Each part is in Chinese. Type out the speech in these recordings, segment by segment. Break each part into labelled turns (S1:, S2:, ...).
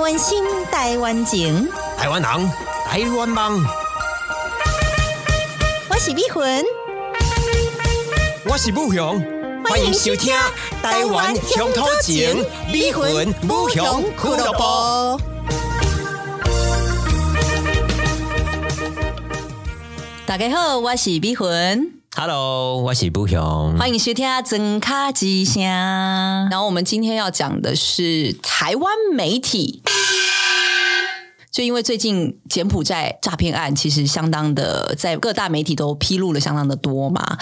S1: 湾心，台湾情，
S2: 台湾人，台湾梦，
S1: 我是美魂。
S2: 我是武雄，欢迎收听《台湾乡土情》，美魂武雄俱乐部。
S1: 部。大家好，我是美魂，
S2: Hello，我是武雄。
S1: 欢迎收听《真卡之声》。
S3: 嗯然后我们今天要讲的是台湾媒体，就因为最近柬埔寨诈骗案其实相当的，在各大媒体都披露了相当的多嘛。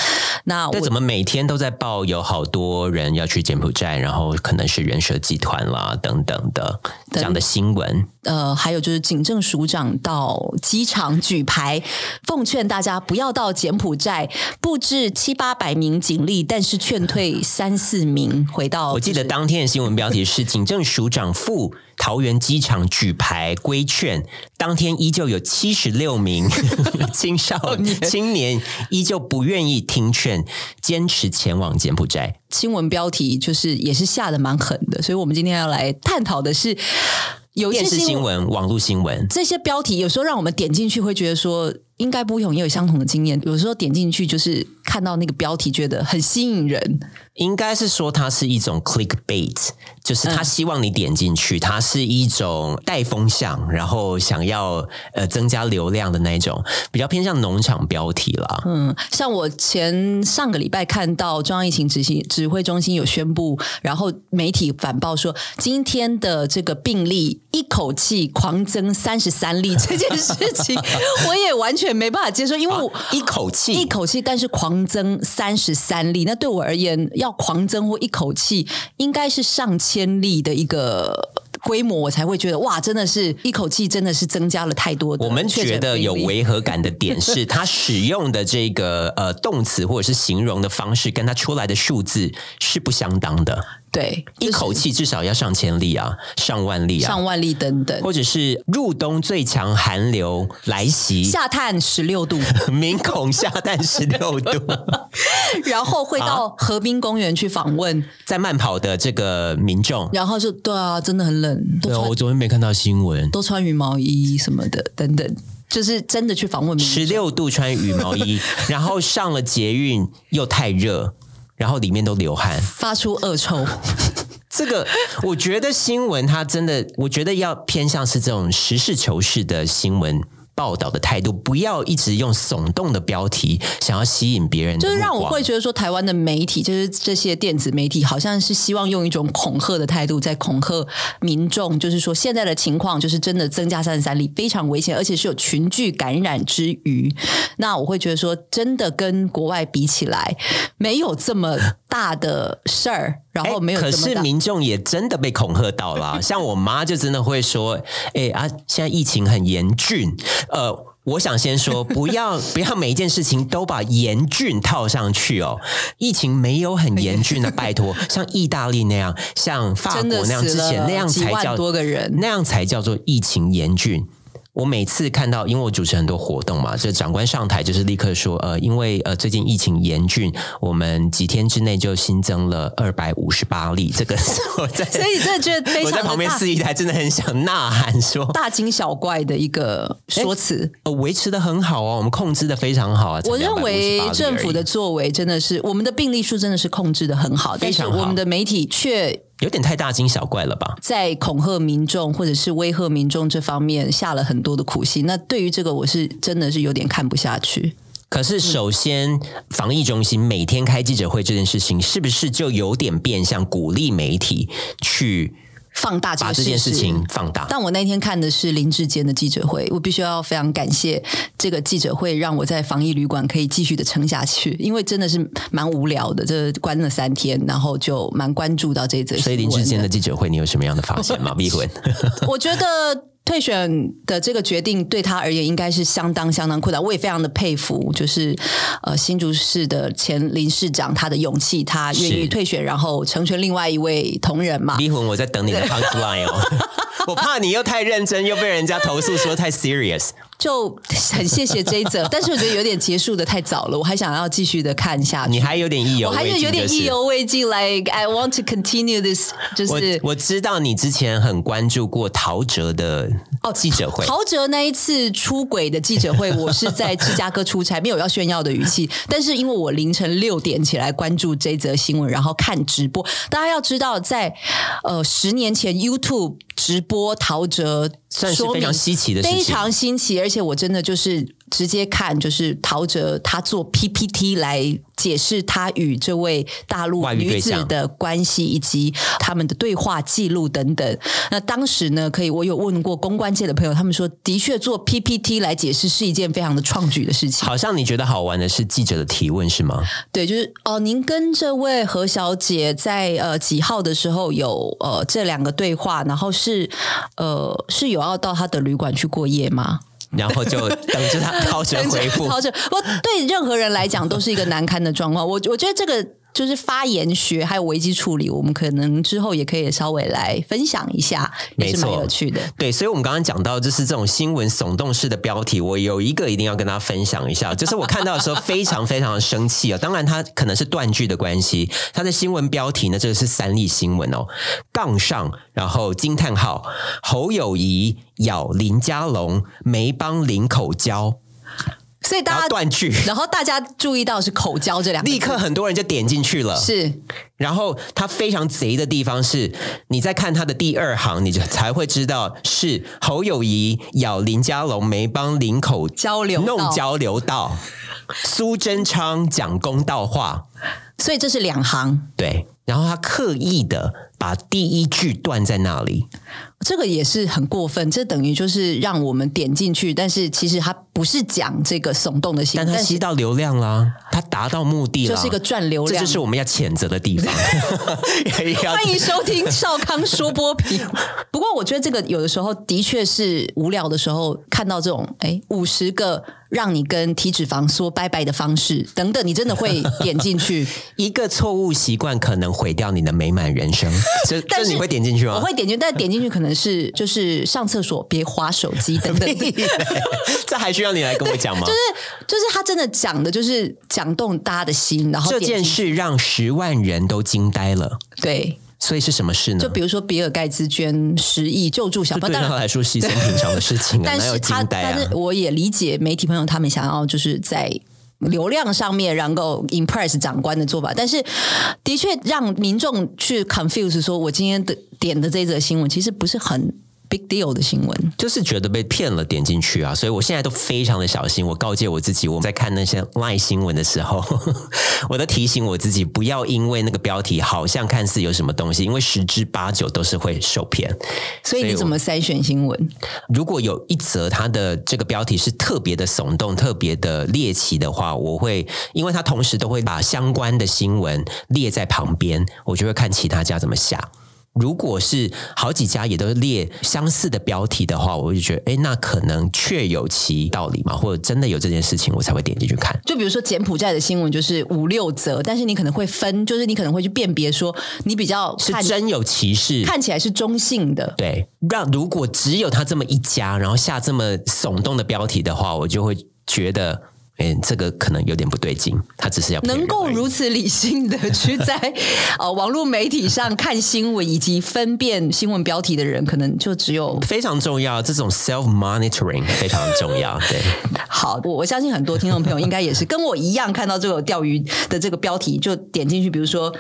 S3: 那
S2: 但
S3: 我
S2: 怎么每天都在报有好多人要去柬埔寨，然后可能是人蛇集团啦等等的这样的新闻？
S3: 呃，还有就是警政署长到机场举牌，奉劝大家不要到柬埔寨，布置七八百名警力，但是劝退三四名回到。
S2: 我记得当天的新闻标题是“警政署长赴桃园机场举牌规劝”，当天依旧有七十六 名青少年青年依旧不愿意听劝，坚持前往柬埔寨。
S3: 新闻标题就是也是下的蛮狠的，所以我们今天要来探讨的是有一些
S2: 电视
S3: 新
S2: 新
S3: 闻。
S2: 闻、网络新闻，
S3: 这些标题有时候让我们点进去会觉得说，应该不勇也有相同的经验。有时候点进去就是看到那个标题，觉得很吸引人，
S2: 应该是说它是一种 clickbait，就是他希望你点进去，它是一种带风向，然后想要呃增加流量的那一种，比较偏向农场标题啦。
S3: 嗯，像我前上个礼拜看到中央疫情指挥指挥中心有宣布，然后媒体反报说今天的这个病例一口气狂增三十三例这件事情， 我也完全没办法接受，因为我。
S2: 啊一口气，
S3: 一口气，但是狂增三十三例，那对我而言，要狂增或一口气，应该是上千例的一个规模，我才会觉得哇，真的是一口气，真的是增加了太多的
S2: 我们
S3: 确
S2: 觉
S3: 诊
S2: 得
S3: 病
S2: 有
S3: 例
S2: 违和感的点是，它使用的这个呃动词或者是形容的方式，跟它出来的数字是不相当的。
S3: 对
S2: 一口气至少要上千例啊，上万例啊
S3: 上，万例等等，
S2: 或者是入冬最强寒流来袭，
S3: 下探十六 度，
S2: 明孔下蛋十六度，
S3: 然后会到
S2: 啊
S3: 河滨公园去访问，
S2: 在慢跑的这个民众。
S3: 然后就对啊，真的很冷，都
S2: 对，
S3: 穿
S2: 我昨天没看到新闻，
S3: 都穿羽毛衣什么的等等，就是真的去访问民
S2: 十六度穿羽毛衣，然后上了捷运又太热，然后里面都流汗。
S3: 发出恶臭，
S2: 这个，我觉得新闻它真的，我觉得要偏向是这种实事求是的新闻报道的态度，不要一直用耸动的标题想要吸引别人的
S3: 就啊
S2: 目
S3: 是
S2: 光，
S3: 让我会觉得说，台湾的媒体就是这些电子媒体，好像是希望用一种恐吓的态度在恐吓民众，就是说现在的情况就是真的增加三十三例，非常危险，而且是有群聚感染之余。那我会觉得说，真的跟国外比起来，没有这么大的事儿，然
S2: 哎
S3: 后没有
S2: 可
S3: 这么
S2: 是
S3: 大。
S2: 民众也真的被恐吓到了 啊、像我妈就真的会说：“哎、啊，现在疫情很严峻，呃。”我想 先说，不要不要每一件事情都把严峻套上去哦。疫情没有很严峻
S3: 哎
S2: 的，拜托，像意大利那样，像法
S3: 真
S2: 国
S3: 的
S2: 那样，之
S3: 死了
S2: 前那样
S3: 几
S2: 才
S3: 万
S2: 叫
S3: 多个人
S2: 那样才叫做疫情严峻。我每次看到，因为我主持很多活动嘛，这长官上台就是立刻说，呃，因为呃最近疫情严峻，我们几天之内就新增了二百五十八例。这个是我在
S3: 所以真的觉得非
S2: 我
S3: 常
S2: 在
S3: 的
S2: 旁边
S3: 大
S2: 司仪台真的很想呐喊说，
S3: 大惊小怪的一个说辞。
S2: 呃，维持的很好哦，我们控制的非常好啊。才
S3: 我认为
S2: 258例
S3: 政府
S2: 而
S3: 的
S2: 已
S3: 作为真的是，我们的病例数真的是控制的很好，
S2: 非
S3: 但是
S2: 常好
S3: 我们的媒体却
S2: 有点太大惊小怪了吧？
S3: 在恐吓民众或者是威吓民众这方面下了很多的苦心。那对于这个，我是真的是有点看不下去。
S2: 可是，首先，防疫中心每天开记者会这件事情，是不是就有点变相鼓励媒体去
S3: 放大这
S2: 把
S3: 个
S2: 这件事
S3: 实
S2: 情放大？
S3: 但我那天看的是林志坚的记者会，我必须要非常感谢这个记者会，让我在防疫旅馆可以继续的撑下去，因为真的是蛮无聊的，这关了三天，然后就蛮关注到这一则新闻。啊
S2: 所以林志坚的记者会，你有什么样的发 现吗？碧魂，
S3: 我觉得退选的这个决定对他而言应该是相当相当困难，我也非常的佩服，就是呃新竹市的前林市长他的勇气，他愿意
S2: 是
S3: 退选，然后成全另外一位同仁嘛。
S2: 碧魂，我在等你的 punchline 哦。我怕你又太认真，又被人家投诉说太 serious。
S3: 就很谢谢这一则，但是我觉得有点结束的太早了，我还想要继续的看 下
S2: 你
S3: 去。
S2: 还有点意犹
S3: 我还
S2: 未
S3: 是
S2: 尽，
S3: 有点意。犹未尽，like I want to continue this，就
S2: 我
S3: 是
S2: 我知道你之前很关注过陶喆的记者会，
S3: 哦陶喆那一次出轨的记者会，我是在芝加哥出差，没有要炫耀的语 气。但是因为我凌晨六点起来关注这则新闻，然后看直播，大家要知道在，呃十年前 YouTube 直播陶喆
S2: 算是
S3: 说
S2: 非常
S3: 明
S2: 稀奇的事情
S3: 非常新奇，而且我真的就是直接看，就是陶喆他做 PPT 来解释他与这位大陆
S2: 外遇
S3: 女
S2: 对
S3: 子
S2: 象
S3: 的关系以及他们的对话记录等等。那当时呢，可以我有问过公关界的朋友，他们说的确做 PPT 来解释是一件非常的创举的事情。
S2: 好像你觉得好玩的是记者的提问是吗？
S3: 对，就是哦，您跟这位何小姐在呃几号的时候有呃这两个对话，然后是呃是有要到她的旅馆去过夜吗？
S2: 然后就等着他 陶喆回复。
S3: 陶喆，不对任何人来讲都是一个难堪的状况。我我觉得这个。就是发言学还有危机处理，我们可能之后也可以稍微来分享一下，也是
S2: 没
S3: 蛮
S2: 错
S3: 有趣的。
S2: 对，所以我们刚刚讲到，就是这种新闻耸动式的标题，我有一个一定要跟大家分享一下，就是我看到的时候非常非常的生气啊、当然，它可能是断句的关系，它的新闻标题呢，这个是三立新闻哦，杠上，然后惊叹号，侯友谊咬林佳龙，没帮林口交，
S3: 所以
S2: 然
S3: 大
S2: 后
S3: 家，
S2: 断句，
S3: 然后大家注意到是口交这两个字，
S2: 立刻很多人就点进去了。
S3: 是
S2: 然后他非常贼的地方是，你在看他的第二行，你就才会知道是侯友谊咬林佳龙没帮林口
S3: 交流道
S2: 弄交流道，苏贞昌讲公道话，
S3: 所以这是两行，
S2: 对，然后他刻意的把第一句断在那里，
S3: 这个也是很过分。这等于就是让我们点进去，但是其实他不是讲这个耸动的新
S2: 但
S3: 闻，
S2: 他
S3: 但
S2: 吸
S3: 是
S2: 到流量啦，他达到目的
S3: 就
S2: 了，
S3: 是一个赚流
S2: 这
S3: 量。
S2: 就是我们要谴责 的地方。要
S3: 欢迎收 听少康说波皮。不过我觉得这个有的时候的确是无聊的时候看到这种，哎，五十个让你跟体脂肪说拜拜的方式等等，你真的会点进去。
S2: 一个错误习惯可能毁掉你的美满人生，这
S3: 但
S2: 这
S3: 是
S2: 你会点进去吗？
S3: 我会点进去，但点进去可能是就是上厕所别划手机等 等。
S2: 这还需要你来跟我讲吗？
S3: 就是他真的讲的，就是讲动大家的心，然后
S2: 这
S3: 点
S2: 件
S3: 进去
S2: 事让十万人都惊呆了，
S3: 对，
S2: 所以是什么事
S3: 就
S2: 呢？
S3: 比如说比尔盖茨捐十亿救助小
S2: 这
S3: 朋友，
S2: 对
S3: 当然
S2: 他来说稀松平常的事情啊，
S3: 但
S2: 哪有
S3: 是他，
S2: 惊呆
S3: 但
S2: 啊
S3: 是？我也理解媒体朋友他们想要就是在。流量上面能够 impress 长官的做法，但是的确让民众去 confuse，说我今天的点的这则新闻其实不是很 big deal 的新闻。
S2: 就是觉得被骗了，点进去啊！所以我现在都非常的小心。我告诫我自己，我在看那些 LINE 新闻的时候， 我都提醒我自己，不要因为那个标题好像看似有什么东西，因为十之八九都是会受骗。
S3: 所以你
S2: 所以我
S3: 怎么筛选新闻？
S2: 如果有一则它的这个标题是特别的耸动、特别的猎奇的话，我会因为它同时都会把相关的新闻列在旁边，我就会看其他家怎么下。如果是好几家也都列相似的标题的话，我就觉得，哎，那可能确有其道理嘛，或者真的有这件事情，我才会点进去看。
S3: 就比如说柬埔寨的新闻就是五六则，但是你可能会分，就是你可能会去辨别说你比较
S2: 是
S3: 看
S2: 真有其事，
S3: 看起来是中性的，
S2: 对，让如果只有他这么一家，然后下这么耸动的标题的话，我就会觉得，哎、这个可能有点不对劲。他只是要骗人
S3: 能够
S2: 而已
S3: 如此理性的去在呃网络媒体上看新闻以及分辨新闻标题的人，可能就只有
S2: 非常重要，这种 self monitoring 非常重要。对，
S3: 好。我我相信很多听众朋友应该也是跟我一样，看到这个钓鱼的这个标题就点进去，比如说。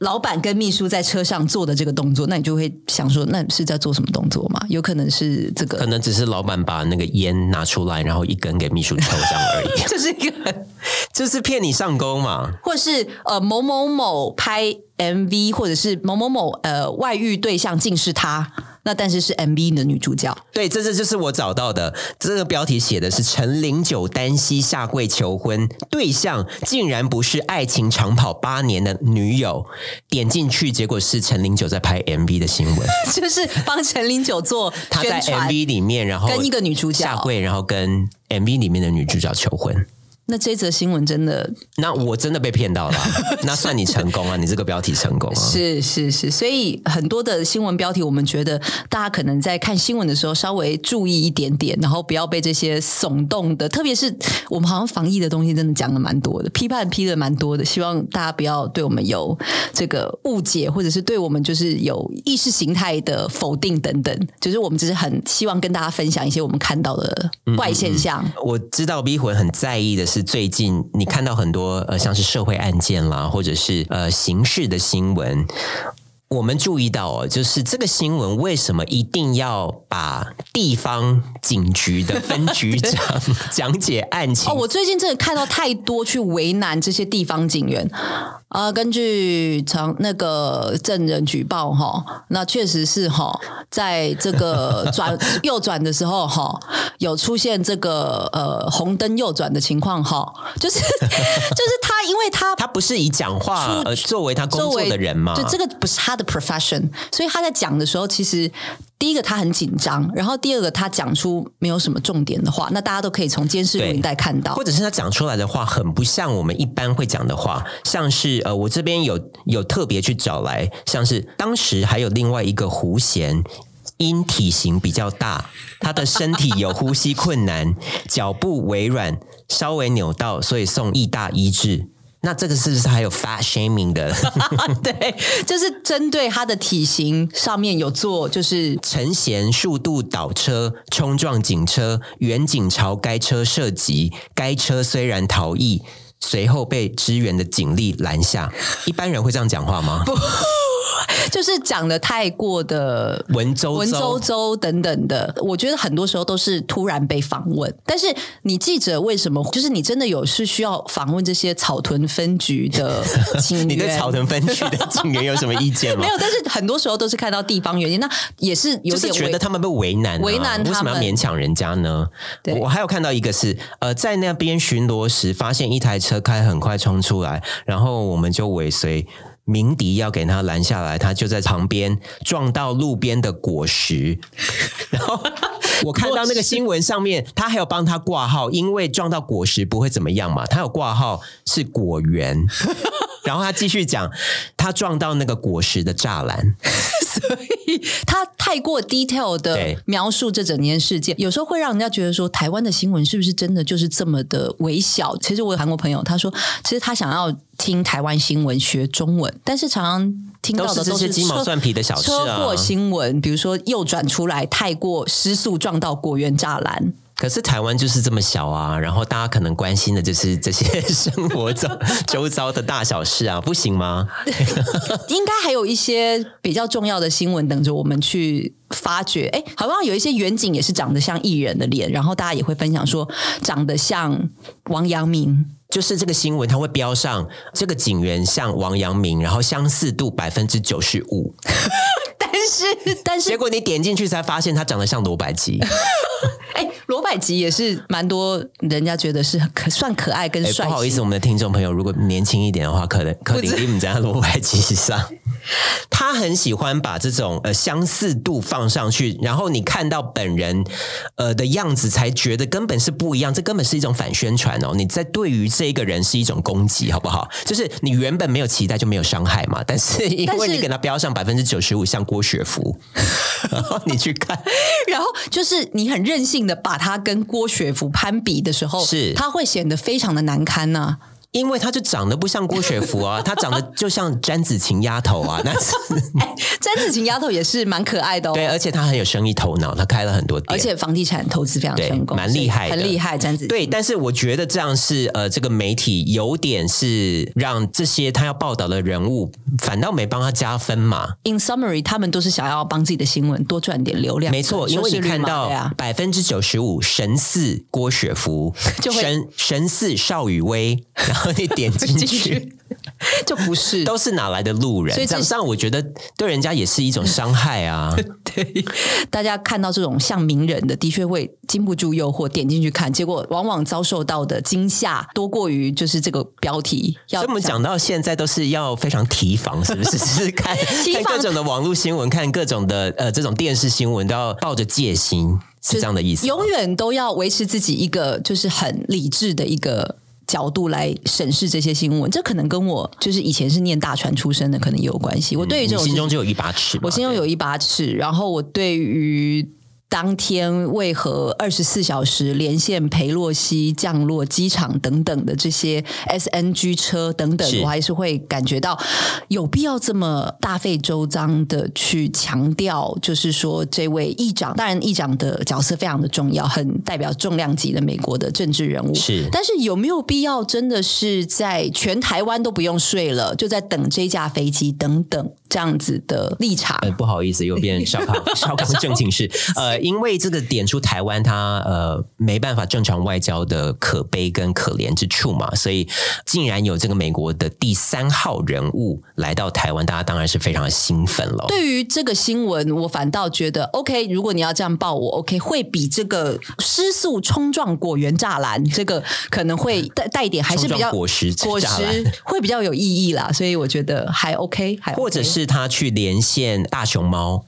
S3: 老板跟秘书在车上做的这个动作，那你就会想说，那是在做什么动作嘛？有可能是这
S2: 可
S3: 个，，
S2: 能只是老板把那个烟拿出来，然后一根给秘书抽这样 而已
S3: 这是一个很
S2: 就是骗你上钩嘛。
S3: 或是呃某某某拍 MV，或者是某某某呃外遇对象竟是他，那但是是 MV 的女主角，
S2: 对，这这就是我找到的。这个标题写的是陈零九单膝下跪求婚，对象竟然不是爱情长跑八年的女友。点进去，结果是陈零九在拍 MV 的新闻，
S3: 就是帮陈零九做
S2: 他在
S3: 宣传。
S2: MV 里面，然后
S3: 跟一个女主角
S2: 下跪，然后跟 MV 里面的女主角求婚。
S3: 那这则新闻真的
S2: 那我真的被骗到 了啊，那算你成功啊！你这个标题成功啊！
S3: 是是是，所以很多的新闻标题，我们觉得大家可能在看新闻的时候稍微注意一点点，然后不要被这些耸动的，特别是我们好像防疫的东西真的讲了蛮多的，批判批了蛮多的，希望大家不要对我们有这个误解，或者是对我们就是有意识形态的否定等等，就是我们只是很希望跟大家分享一些我们看到的
S2: 嗯
S3: 怪现象。
S2: 我知道 V 魂很在意的是，最近你看到很多呃，像是社会案件啦，或者是呃刑事的新闻。我们注意到哦，就是这个新闻为什么一定要把地方警局的分局长 讲解案情？
S3: 哦，我最近真的看到太多去为难这些地方警员。呃，根据长那个证人举报哈，那确实是哈，在这 个转右转的时候哈，有出现这个呃红灯右转的情况哈，就是就 是他，因为他
S2: 他不是以讲话
S3: 出
S2: 呃作为他工
S3: 作
S2: 作
S3: 为
S2: 的人嘛？
S3: 对，这个不是他的 profession，所以他在讲的时候，其实第一个他很紧张，然后第二个他讲出没有什么重点的话，那大家都可以从监视录影带看到
S2: 或。者是他讲出来的话很不像我们一般会讲的话，像是呃，我这边有有特别去找来，像是呃当时还有另外一个胡贤。因体型比较大，他的身体有呼吸困难，脚部微软，稍微扭到，所以送义大医治。那这个是不是还有 fat shaming 的
S3: 对，就是针对他的体型上面有做，就是
S2: 陈贤数度倒车，冲撞警车，远警朝该车射击，该车虽然逃逸。随后被支援的警力拦下，一般人会这样讲话吗？
S3: 就是讲的太过的
S2: 文绉绉，
S3: 文绉绉等等的，我觉得很多时候都是突然被访问。但是你记者为什么？就是你真的有是需要访问这些草屯分局 的警员？
S2: 你对草屯分区的警员有什么意见吗
S3: 没？有，但是很多时候都是看到地方原因，那也是有
S2: 就是
S3: 点
S2: 觉
S3: 为
S2: 得他们被为难、啊，
S3: 为难他们
S2: 为什么要勉强人家呢？
S3: 对
S2: 我还有看到一个是，呃，在那边巡逻时发现一台车开很快冲出来，然后我们就尾随。鸣笛要给他拦下来，他就在旁边撞到路边的果实， 然后我看到那个新闻上面，他还有帮他挂号，因为撞到果实不会怎么样嘛，他有挂号是果园， 然后他继续讲，他撞到那个果实的栅栏，
S3: 他太过 detail 的
S2: 对
S3: 描述这整件事件，有时候会让人家觉得说，台湾的新闻是不是真的就是这么的微小？其实我有韩国朋友，他说，其实他想要听台湾新闻学中文，但是常常听到
S2: 都
S3: 的
S2: 是这
S3: 都
S2: 些
S3: 是
S2: 鸡毛
S3: 车
S2: 蒜皮的小事
S3: 车
S2: 啊
S3: 祸。新闻，比如说右转出来太过失速撞到果园栅 栏，
S2: 可是台湾就是这么小啊，然后大家可能关心的就是这些生活周周遭的大小事啊，不行吗？
S3: 应该还有一些比较重要的新闻等着我们去发掘。哎，好像有一些远景也是长得像艺人的脸，然后大家也会分享说长得像王阳明。
S2: 就是这个新闻，它会标上这个警员像王阳明，然后相似度百分之九十五，
S3: 但是， 但是
S2: 结，果你点进去才发现他长得像罗百吉，
S3: 哎，罗百吉也是蛮多人家觉得是很可算可爱跟
S2: 哎，
S3: 帅、
S2: 不好意思，，我们的听众朋友，如果年轻一点的话，可能可能你们在罗百吉上， 他很喜欢把这种呃相似度放上去，然后你看到本人呃的样子，才觉得根本是不一样，这根本是一种反宣传哦。你在对于这一个人是一种攻击，好不好？就是你原本没有期待就没有伤害嘛， 但是因
S3: 但
S2: 为
S3: 是
S2: 你给他标上百分之九十五像郭雪 芙，然后你去看，
S3: 然后就是你很任性的把他跟郭雪芙攀比的时候，
S2: 是
S3: 他会显得非常的难堪啊呐、
S2: 因为他就长得不像郭雪芙啊，他长得就像詹子晴丫头啊，那是。
S3: 詹子晴丫头也是蛮可爱的哦，
S2: 对，而且他很有生意头脑，他开了很多店，
S3: 而且房地产投资非常
S2: 对
S3: 成功，
S2: 蛮厉害的
S3: 所以很厉害。詹子晴
S2: 对，但是我觉得这样是呃，这个媒体有点是让这些他要报道的人物反倒没帮他加分嘛。
S3: In summary，他们都是想要帮自己的新闻多赚点流量，
S2: 没错，因为
S3: 收
S2: 你
S3: 视率
S2: 看
S3: 嘛
S2: 到
S3: 对啊，
S2: 百分之九十五神似郭雪芙，
S3: 就会
S2: 神神似邵雨薇， 然后你点 进
S3: 进
S2: 去
S3: 去，就不 是
S2: 都是哪来的路人？
S3: 所以
S2: 这
S3: 这
S2: 样这样，我觉得对人家也是一种伤害 啊。
S3: 大家看到这种像名人的，的确会经不住诱惑，点进去看，结果往往遭受到的惊吓多过于就是这个标题要
S2: 所以我们
S3: 想
S2: 讲到现在都是要非常提防，是不 是？就是看
S3: 提
S2: 看
S3: 防
S2: 各种的网络新闻，看各种的呃这种电视新闻，都要抱着戒心，是这样的意思吗。
S3: 永远都要维持自己一个就是很理智的一个角度来审视这些新闻，这可能跟我就是以前是念大传出身的，可能也有关系。我对于这
S2: 嗯你
S3: 种
S2: 心中就有一把尺嘛，
S3: 我心中有一把尺，然后我对于当天为何二十四小时连线裴洛西降落机场等等的这些 SNG 车等
S2: 是
S3: 等，我还是会感觉到有必要这么大费周章的去强调，就是说这位议长，当然议长的角色非常的重要，很代表重量级的美国的政治人物，
S2: 是
S3: 但是有没有必要真的是在全台湾都不用睡了，就在等这架飞机等等这样子的立场？
S2: 呃，不好意思，又变 少康少康正经事。呃，因为这个点出台湾它呃没办法正常外交的可悲跟可怜之处嘛，所以竟然有这个美国的第三号人物来到台湾，大家当然是非常的兴奋了。
S3: 对于这个新闻，我反倒觉得 OK。如果你要这样报我，OK 会比这个失速冲撞果园栅栏这个可能会带带一点，还是
S2: 冲
S3: 比
S2: 撞
S3: 较
S2: 果实
S3: 果
S2: 栅栏
S3: 实会比较有意义啦。所以我觉得还 OK，还 OK
S2: 或者是他去连线大熊猫，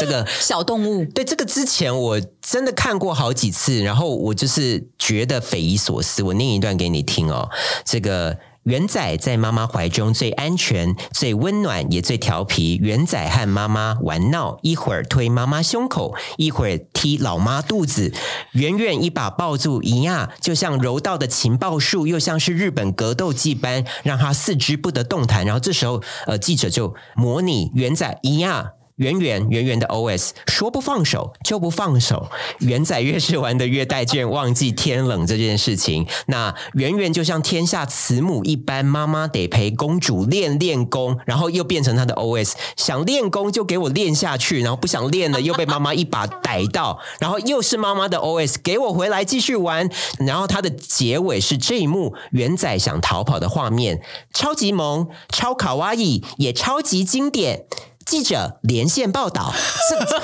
S2: 这个
S3: 小动物。
S2: 对这个之前我真的看过好几次，然后我就是觉得匪夷所思。我念一段给你听哦，这个。元仔在妈妈怀中最安全、最温暖，也最调皮。元仔和妈妈玩闹，一会儿推妈妈胸口，一会儿踢老妈肚子。远远一把抱住一亚，就像柔道的情报术，又像是日本格斗技般，让他四肢不得动弹。然后这时候，呃，记者就模拟元仔啊一亚圆圆圆圆的 OS 说不放手就不放手，圆仔越是玩的越带劲，忘记天冷这件事情。那圆圆就像天下慈母一般，妈妈得陪公主练练功，然后又变成她的 OS，想练功就给我练下去，然后不想练了又被妈妈一把逮到，然后又是妈妈的 OS，给我回来继续玩。然后它的结尾是这一幕，圆仔想逃跑的画面，超级萌，超卡哇伊，也超级经典。记者连线报道，这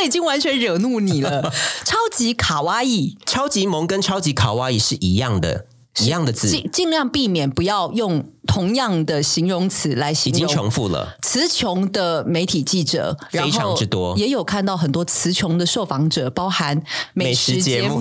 S3: 这已经完全惹怒你 了，超级卡哇伊，
S2: 超级萌跟超级卡哇伊是一样的，一样的字，
S3: 尽尽量避免不要用同样的形容词来
S2: 已
S3: 形
S2: 经
S3: 容
S2: 重复了。
S3: 词穷的媒体记者
S2: 非常
S3: 然后
S2: 之多
S3: 也有看到很多词穷的受访者，包含
S2: 美
S3: 美
S2: 食
S3: 食
S2: 节
S3: 节
S2: 目，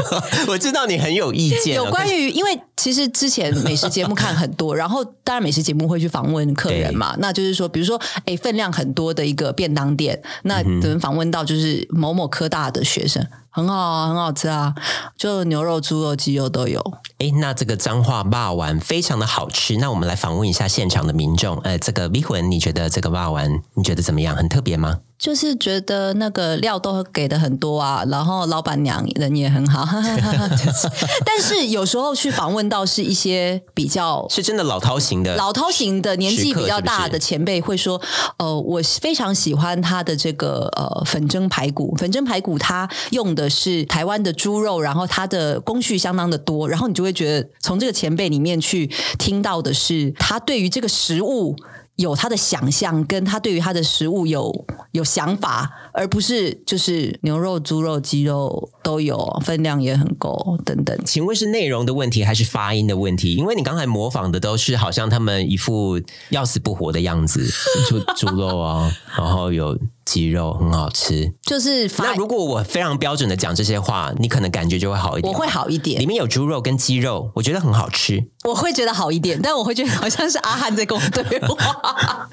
S2: 我知道你很有意见 哦、
S3: 有关于，因为其实之前美食节目看很 多，然后当然美食节目会去访问客人嘛，那就是说，比如说，哎，分量很多的一个便当店，
S2: 嗯
S3: 那可能访问到就是某某科大的学生，很好啊，很好吃啊，就牛肉、猪肉、鸡肉都有。
S2: 哎，那这个彰化霸丸非常的好吃，那我们来访问一下现场的民众。呃，这个 V 魂，你觉得这个霸丸你觉得怎么样？很特别吗？
S3: 就是觉得那个料都给的很多啊，然后老板娘人也很好， 哈哈哈哈就是但是有时候去访问到是一些比较
S2: 是真的老饕型的，
S3: 老饕型的年纪比较大的前辈会说，呃，我非常喜欢他的这个呃粉蒸排骨，粉蒸排骨它用的是台湾的猪肉，然后它的工序相当的多，然后你就会觉得从这个前辈里面去听到的是他对于这个食物。有他的想象，跟他对于他的食物有有想法，而不是就是牛肉、猪肉、鸡肉都有，分量也很够等等。
S2: 请问是内容的问题还是发音的问题？因为你刚才模仿的都是好像他们一副要死不活的 样子，就猪肉啊，然后有鸡肉，很好吃。
S3: 就是发
S2: 那如果我非常标准的讲这些话，你可能感觉就会好一点。
S3: 我会好一点
S2: 里，面有猪肉跟鸡肉，我觉得很好吃。
S3: 我会觉得好一点，但我会觉得好像是阿汉在跟我对话。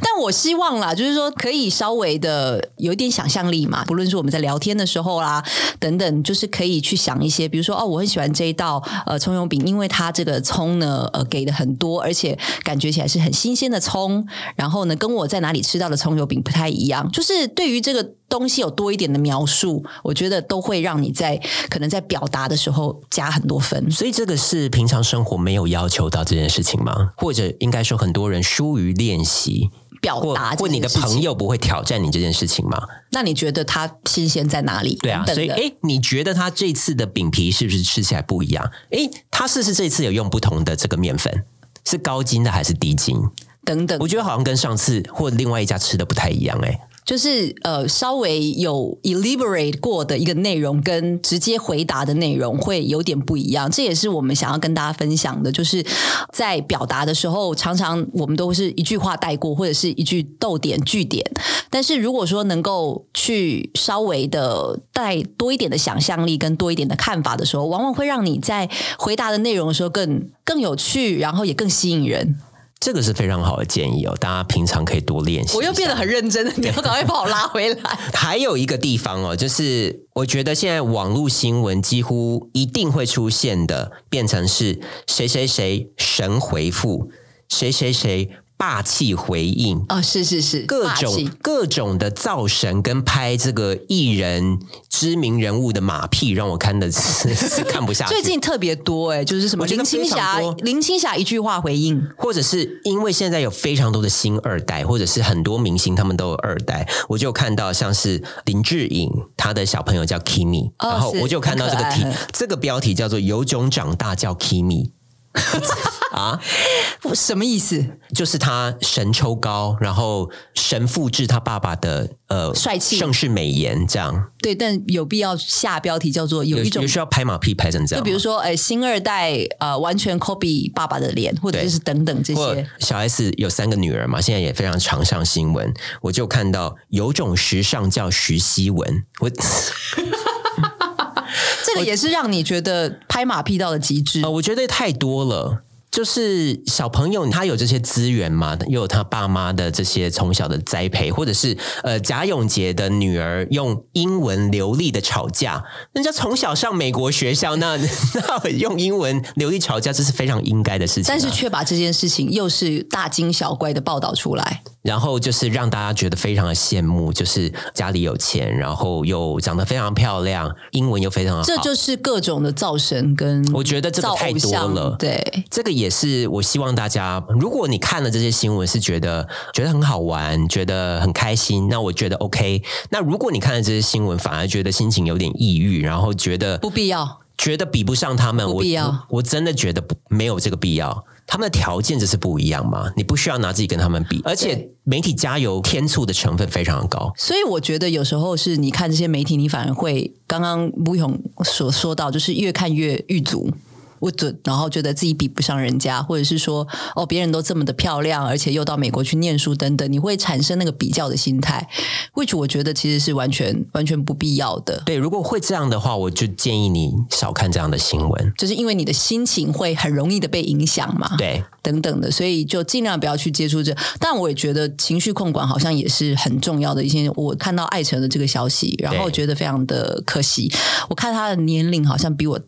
S3: 但我希望啦，就是说可以稍微的有一点想象力嘛，不论是我们在聊天的时候啦，等等，就是可以去想一些，比如说哦，我很喜欢这一道呃葱油饼，因为它这个葱呢呃给的很多，而且感觉起来是很新鲜的葱，然后呢跟我在哪里吃到的葱油饼不太一样，就是对于这个东西有多一点的描述，我觉得都会让你在可能在表达的时候加很多分。
S2: 所以这个是平常生活没有要求到这件事情吗？或者应该说，很多人疏于练习。
S3: 表
S2: 或
S3: 达
S2: 或
S3: 哦这
S2: 你的
S3: 件事
S2: 朋
S3: 情
S2: 友不会挑战你这件事情吗？
S3: 那你觉得它新鲜在哪里？
S2: 对啊，
S3: 等
S2: 所
S3: 等
S2: 以
S3: 的
S2: 诶，你觉得他这次的饼皮是不是吃起来不一样？诶，他是不是这次有用不同的这个面粉？是高筋的还是低筋？
S3: 等等
S2: 我，觉得好像跟上次或另外一家吃的不太一样诶，
S3: 就是呃稍微有 elaborate 过的一个内容，跟直接回答的内容会有点不一样。这也是我们想要跟大家分享的，就是在表达的时候，常常我们都是一句话带过，或者是一句逗点、句点。但是如果说能够去稍微的带多一点的想象力跟多一点的看法的时候，往往会让你在回答的内容的时候更更有趣，然后也更吸引人。
S2: 这个是非常好的建议哦，大家平常可以多练习。
S3: 我又变得很认真了，你要赶快把我拉回来。
S2: 还有一个地方哦，就是我觉得现在网络新闻几乎一定会出现的，变成是谁谁谁神回复，谁谁谁霸气回应，
S3: 哦，是是是，
S2: 各
S3: 霸
S2: 种
S3: 气
S2: 各种的造神跟拍这个艺人知名人物的马屁，让我看的是 是看不下 去。
S3: 最近特别多哎、就是什么
S2: 我觉得
S3: 林青
S2: 非常
S3: 霞
S2: 多，
S3: 林青霞一句话回应，
S2: 或者是因为现在有非常多的新二代，或者是很多明星他们都有二代，我就有看到像是林志颖，他的小朋友叫 Kimi，、
S3: 哦
S2: 然后
S3: 是
S2: 我就有看到这个
S3: 很
S2: 题
S3: 可爱，
S2: 这个标题叫做“有种长大叫 Kimi”， 啊
S3: 什么意思？
S2: 就是他神抽高，然后神复制他爸爸的呃
S3: 帅气
S2: 盛世美颜，这样
S3: 对，但有必要下标题叫做有一种
S2: 有。需要拍马屁拍成这
S3: 就
S2: 样吗，
S3: 比如说，哎，新二代呃，完全 copy 爸爸的脸，或者
S2: 对
S3: 就是等等这
S2: 或
S3: 些，
S2: 小 S 有三个女儿嘛，现在也非常常上新闻。我就看到有种时尚叫徐熙雯，我
S3: 这个也是让你觉得拍马屁到的极致
S2: 呃，。我觉得太多了。就是小朋友他有这些资源嘛，又有他爸妈的这些从小的栽培，或者是呃贾永杰的女儿用英文流利的吵架，人家从小上美国学校，那 那用英文流利吵架，这是非常应该的事情啊、
S3: 但是却把这件事情又是大惊小怪的报道出来，
S2: 然后就是让大家觉得非常的羡慕，就是家里有钱，然后又长得非常漂亮，英文又非常的好，
S3: 这就是各种的造神跟
S2: 啊我觉得这个
S3: 造
S2: 太
S3: 偶
S2: 多
S3: 像
S2: 了
S3: 对，
S2: 这个也是我希望大家，如果你看了这些新闻是觉得觉得很好玩，觉得很开心，那我觉得 OK。那如果你看了这些新闻，反而觉得心情有点抑郁，然后觉得
S3: 不必要。
S2: 觉得比不上他们，
S3: 不
S2: 我
S3: 必要
S2: 我我真的觉得不没有这个必要。他们的条件只是不一样嘛，你不需要拿自己跟他们比，而且
S3: 对
S2: 媒体加油添醋的成分非常高。
S3: 所以我觉得有时候是你看这些媒体，你反而会刚刚吴勇所说到，就是越看越狱足。不准，然后觉得自己比不上人家，或者是说哦，别人都这么的漂亮，而且又到美国去念书等等，你会产生那个比较的心态，which 我觉得其实是完全完全不必要的，
S2: 对，如果会这样的话，我就建议你少看这样的新闻。
S3: 就是因为你的心情会很容易的被影响嘛。
S2: 对，
S3: 等等的，所以就尽量不要去接触这。但我也觉得情绪控管好像也是很重要的一些。我看到艾辰的这个消息，然后
S2: 对
S3: 觉得非常的可惜。我看他的年龄好像比我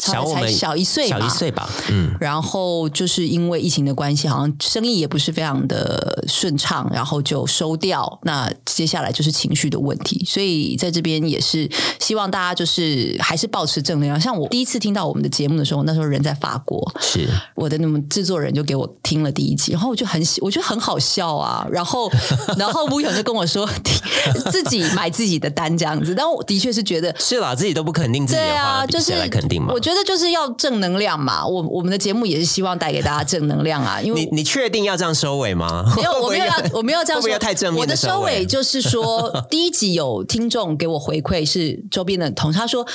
S2: 小我们
S3: 才小一岁吧，
S2: 小一岁吧，嗯。
S3: 然后就是因为疫情的关系，好像生意也不是非常的顺畅，然后就收掉。那接下来就是情绪的问题，所以在这边也是希望大家就是还是保持正能量。像我第一次听到我们的节目的时候，我那时候人在法国，
S2: 是，
S3: 我的那么制作人就给我听了第一集，然后我就很喜，我觉得很好笑啊。然后， 然后吴勇就跟我说自己买自己的单这样子，但我的确是觉得。
S2: 是啦，自己都不肯定自己
S3: 对
S2: 的话，
S3: 啊，
S2: 比
S3: 就是
S2: 谁来肯定嘛
S3: 我？觉得就是要正能量嘛。我我们的节目也是希望带给大家正能量啊，因为
S2: 你你确定要这样收尾吗？
S3: 没有，
S2: 会不
S3: 我没
S2: 会
S3: 有要，我没有这样
S2: 会不会
S3: 说。
S2: 要太正面
S3: 我的
S2: 的
S3: 收
S2: 尾
S3: 尾就是说，第一集有听众给我回馈是周边的同事，他说，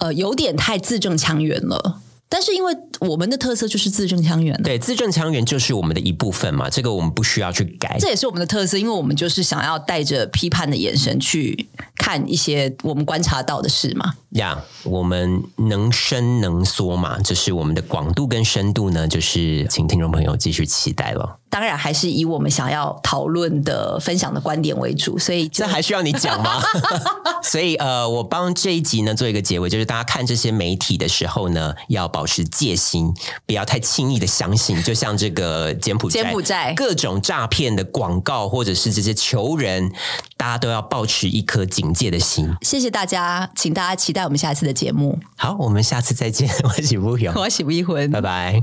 S3: 呃，有点太字正腔圆了。但是因为我们的特色就是字正腔圆啊
S2: 对字正腔圆就是我们的一部分嘛，这个我们不需要去改。
S3: 这也是我们的特色，因为我们就是想要带着批判的眼神去看一些我们观察到的事嘛。
S2: 呀我们能伸能缩嘛，这是我们的广度跟深度呢，就是请听众朋友继续期待了。
S3: 当然，还是以我们想要讨论的、分享的观点为主，所以就
S2: 这还需要你 讲吗？所以呃，我帮这一集呢做一个结尾，就是大家看这些媒体的时候呢，要保持戒心，不要太轻易的相信。就像这个柬埔寨，
S3: 柬埔寨
S2: 各种诈骗的广告，或者是这些求人，大家都要保持一颗警戒的心。
S3: 谢谢大家，请大家期待我们下次的节目。
S2: 好，我们下次再见，我是不勇，
S3: 我喜不一婚，
S2: 拜拜。